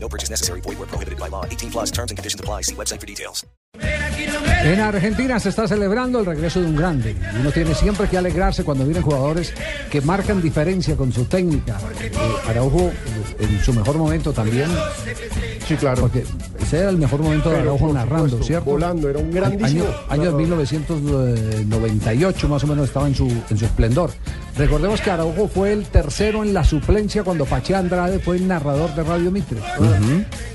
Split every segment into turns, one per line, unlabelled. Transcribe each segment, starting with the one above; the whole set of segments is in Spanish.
No purchase necessary. Void where prohibited by law. 18 plus terms and conditions apply. See website for details.
En Argentina se está celebrando el regreso de un grande. Uno tiene siempre que alegrarse cuando vienen jugadores que marcan diferencia con su técnica. Eh, Araujo en su mejor momento también,
Sí, claro.
porque ese era el mejor momento de
Pero,
Araujo
por
narrando,
supuesto,
¿cierto?
volando, era un grandísimo
Año, año
narrador.
1998 más o menos estaba en su, en su esplendor. Recordemos que Araujo fue el tercero en la suplencia cuando Pache Andrade fue el narrador de Radio Mitre.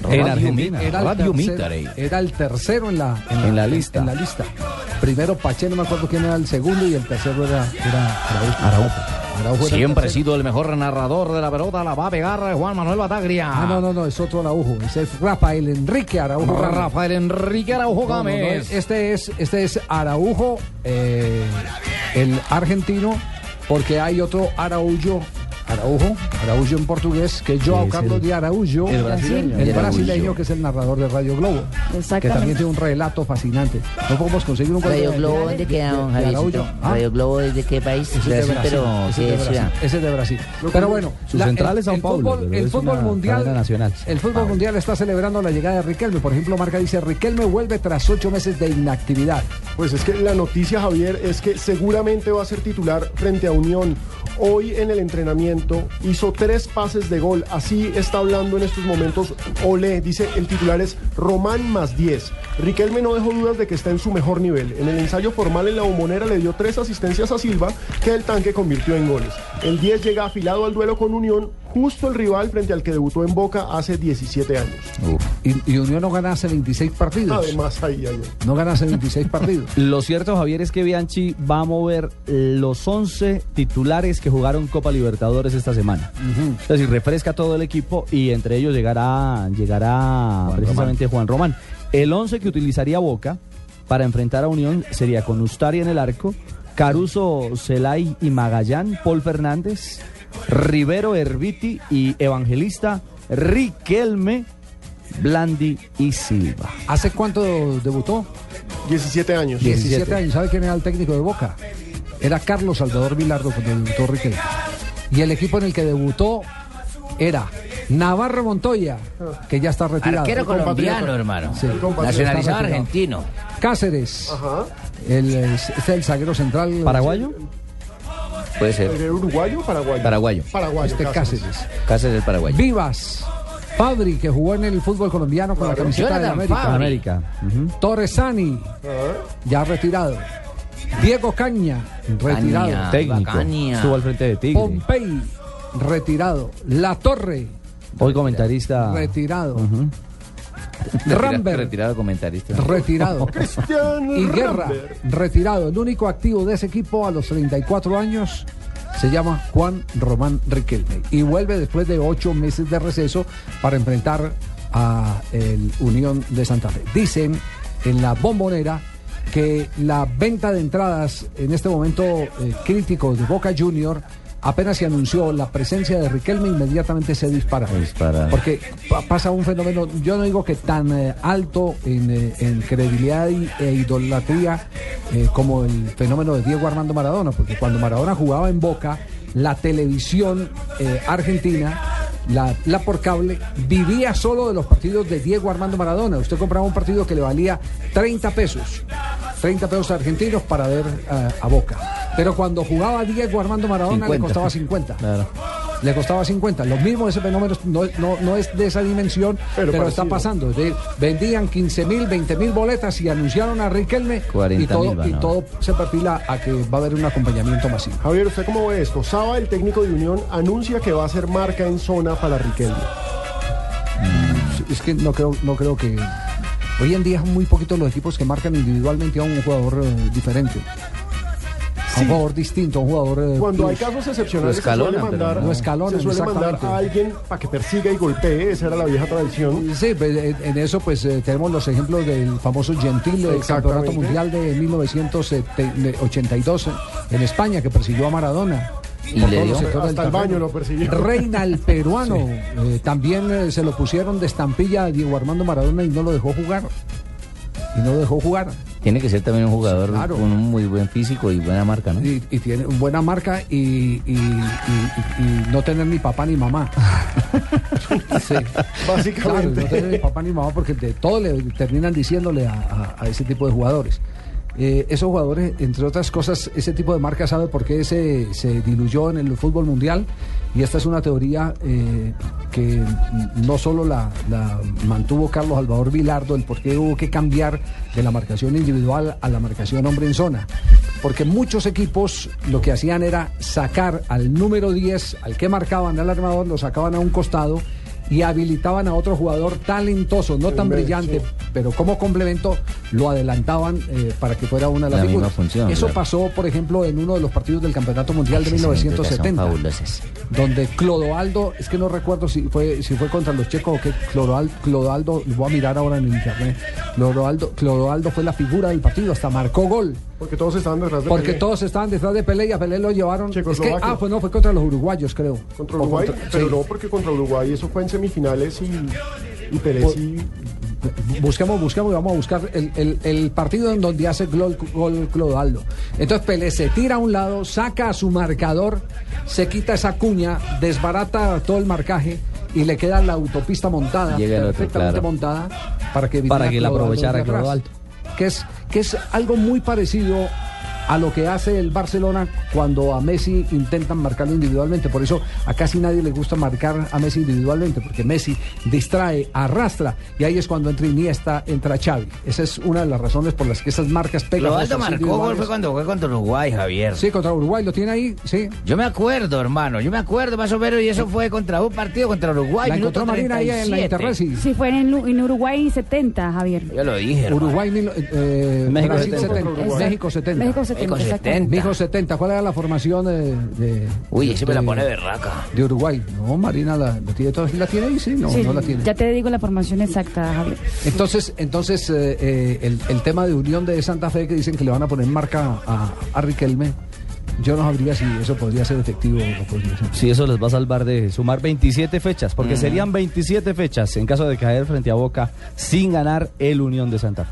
En Argentina.
Era el
Radio
tercero-
Mitre.
Era el tercero en la,
En la lista.
en la lista. Primero Pache, no me acuerdo quién era el segundo, y el tercero era, era Araujo. Araujo era el
Siempre ha
tercero.
sido el mejor narrador de la pelota, la va a pegar Juan Manuel Bataglia.
Ah, no, no, no, es otro Araujo. Ese es Rafael Enrique Araujo. Ramos.
Rafael Enrique Araujo
No, no, no,
Gámez.
este, es, este es Araujo, eh, el argentino, porque hay otro Araujo. Araujo, Araujo en portugués, que es Joao Carlos de Araujo, el brasileño, que es el narrador de Radio Globo, que también tiene un relato fascinante. No podemos conseguir un cuadro
Radio
de-
Globo,
de-
¿dónde
de-
queda,
de-
don
de
Javiercito?
Araujo. ¿Ah?
Radio Globo, ¿desde qué país?
Ese es de
Brasil,
Brasil,
pero
ese es
¿qué
de Brasil,
ciudad?
ese es de Brasil. Pero bueno,
Su central es Sao
el
Paulo,
fútbol-
pero
el
es
fútbol
una
mundial,
cadena nacional.
el fútbol mundial está celebrando la llegada de Riquelme. Por ejemplo, marca dice Riquelme vuelve tras ocho meses de inactividad.
Pues es que la noticia, Javier, es que seguramente va a ser titular frente a Unión. Hoy en el entrenamiento hizo tres pases de gol. Así está hablando en estos momentos Ole. Dice el titular es Román más 10. Riquelme no dejó dudas de que está en su mejor nivel. En el ensayo formal en la bombonera le dio tres asistencias a Silva que el tanque convirtió en goles. El 10 llega afilado al duelo con Unión, justo el rival frente al que debutó en Boca hace 17 años.
Y, y Unión no gana hace 26 partidos.
Además, ahí, ahí.
No gana hace 26 partidos.
Lo cierto, Javier, es que Bianchi va a mover los 11 titulares que jugaron Copa Libertadores esta semana. Es decir, refresca todo el equipo y entre ellos llegará, llegará precisamente Juan Román. El 11 que utilizaría Boca para enfrentar a Unión sería con Ustari en el arco, Caruso, Celay y Magallán, Paul Fernández, Rivero, Erviti y Evangelista, Riquelme, Blandi y Silva.
¿Hace cuánto debutó?
17 años.
17 años. ¿Sabe quién era el técnico de Boca? Era Carlos Salvador Vilardo cuando debutó Riquelme. Y el equipo en el que debutó era Navarro Montoya, que ya está retirado.
Arquero colombiano,
compatriota.
hermano.
Sí.
Nacionalizado
Está retirado.
argentino.
Cáceres,
Ajá.
el, es- es el zaguero central.
¿Paraguayo?
Puede ser.
¿El uruguayo o paraguayo?
Paraguayo.
Paraguayo.
Este
Cáceres.
Cáceres.
Casas del Paraguay.
Vivas. Fabri, que jugó en el fútbol colombiano con la
Claro.
camiseta de
Jonathan
América.
Fabri.
América. Ujú.
Torresani, ya retirado. Diego Caña, retirado.
Caña.
Técnico.
Bacaña.
Estuvo al frente de Tigre.
Pompey, retirado. La Torre,
Hoy comentarista.
retirado.
Ah. Retira-
Rambert,
Retirado comentarista.
retirado.
Cristian
Y Guerra,
Rambert.
retirado. El único activo de ese equipo a los 34 años se llama Juan Román Riquelme. Y vuelve después de ocho meses de receso para enfrentar a el Unión de Santa Fe. Dicen en la bombonera que la venta de entradas en este momento eh, crítico de Boca Junior apenas se anunció la presencia de Riquelme inmediatamente se dispararon.
Dispararon.
Porque pa- pasa un fenómeno, yo no digo que tan eh, alto en, eh, en credibilidad y- e idolatría eh, como el fenómeno de Diego Armando Maradona, porque cuando Maradona jugaba en Boca, la televisión eh, argentina, la, la por cable, vivía solo de los partidos de Diego Armando Maradona. Usted compraba un partido que le valía 30 pesos, 30 pesos argentinos para ver eh, a Boca. Pero cuando jugaba Diego Armando Maradona le
50.
costaba 50
Claro.
le costaba 50. Lo mismo ese fenómeno no, no- no es de esa dimensión, pero,
Pero
está
parecido.
pasando. Es decir, vendían 15 mil, 20 mil boletas y anunciaron a Riquelme y
40.000
todo,
van
y
ahora.
todo se perfila a que va a haber un acompañamiento masivo.
Javier, ¿usted cómo ve esto? Saba, el técnico de Unión, anuncia que va a ser marca en zona para Riquelme.
Es que no creo, no creo que. Hoy en día son muy poquitos los equipos que marcan individualmente a un jugador eh, diferente. a un jugador distinto, a un jugador. eh,
Cuando hay
plus.
casos
Lo
excepcionales, se
escalonan,
suele
pero
mandar,
no- Lo
escalonan,
se suele mandar
exactamente.
a alguien para que persiga y golpee. Esa era la vieja tradición.
Sí, pues, en en eso pues eh, tenemos los ejemplos del famoso Gentile del Campeonato
Exactamente.
Mundial de 1982 en España que persiguió a Maradona.
Y
por
le
todos los
dio.
sectores
Hasta
del
el baño
terreno.
lo persiguió.
Reina el peruano. eh, también eh, se lo pusieron de estampilla a Diego Armando Maradona y no lo dejó jugar. Y no lo dejó jugar.
Tiene que ser también un jugador
claro.
con un muy buen físico y buena marca, ¿no?
Y, y tiene buena marca y, y- y- y- y no tener ni papá ni mamá. Sí. Claro, no
Básicamente.
tiene ni papá ni mamá porque de todo le terminan diciéndole a, a- a ese tipo de jugadores. Eh, esos jugadores, entre otras cosas, ese tipo de marca sabe por qué se, se diluyó en el fútbol mundial y esta es una teoría eh, que no solo la, la mantuvo Carlos Salvador Vilardo, el por qué hubo que cambiar de la marcación individual a la marcación hombre en zona. Porque muchos equipos lo que hacían era sacar al número 10, al que marcaban al armador, lo sacaban a un costado y habilitaban a otro jugador talentoso, no tan
En vez,
brillante,
sí.
pero como complemento lo adelantaban eh, para que fuera una de las
La misma
figuras.
función,
Eso
claro.
pasó, por ejemplo, en uno de los partidos del Campeonato Mundial de
Esas anécdotas son
1970,
fabulosas.
donde Clodoaldo, es que no recuerdo si fue si fue contra los checos o qué, Clodoaldo, Clodoaldo, lo voy a mirar ahora en internet, Clodoaldo, Clodoaldo fue la figura del partido, hasta marcó gol.
Porque todos estaban detrás de
Porque
Pelé.
todos estaban detrás de Pelé y a Pelé lo llevaron. Es que,
Checoslovaquia.
ah, pues no, fue contra los uruguayos, creo.
Contra
O
Uruguay,
contra-
pero
sí.
no porque contra Uruguay eso fue en semifinales y, y Pelé
Por-
sí-
Busquemos, busquemos y vamos a buscar el, el- el partido en donde hace gol, gol Clodoaldo. Entonces Pelé se tira a un lado, saca a su marcador, se quita esa cuña, desbarata todo el marcaje y le queda la autopista montada,
Llega el otro,
perfectamente
claro.
montada, para que,
Para
viniera
que la
Clodoaldo
aprovechara
desde atrás.
Clodoaldo.
Que es, que es algo muy parecido a lo que hace el Barcelona cuando a Messi intentan marcarlo individualmente. Por eso a casi nadie le gusta marcar a Messi individualmente, porque Messi distrae, arrastra, y ahí es cuando entra Iniesta, entra Xavi. Esa es una de las razones por las que esas marcas pegan.
Clodoaldo marcó gol fue cuando fue contra Uruguay, Javier.
Sí, contra Uruguay, lo tiene ahí, sí.
Yo me acuerdo, hermano, yo me acuerdo más o menos, y eso fue contra un partido contra Uruguay.
la encontró
minuto
Marina ahí en la
37.
Interresi.
Si fuera en, Lu- en Uruguay 70, Javier.
Yo lo dije, hermano.
Uruguay, mil- eh,
México
Brasil
70.
70.
Exacto.
México 70.
México
México
70. exactamente.
70.
México 70. ¿Cuál era la formación eh, de.
Uy,
de-
ese me la
de-
pone berraca.
De Uruguay. No, Marina la, la tiene toda. ¿La tiene ahí? Sí, no,
Sí,
no la tiene.
Ya te digo la formación exacta, Javier.
Entonces, entonces eh, eh, el, el tema de Unión de Santa Fe que dicen que le van a poner marca a, a Riquelme, yo no sabría si eso podría ser efectivo o no podría ser.
Sí, eso les va a salvar de sumar 27 fechas, porque serían 27 fechas en caso de caer frente a Boca sin ganar el Unión de Santa Fe.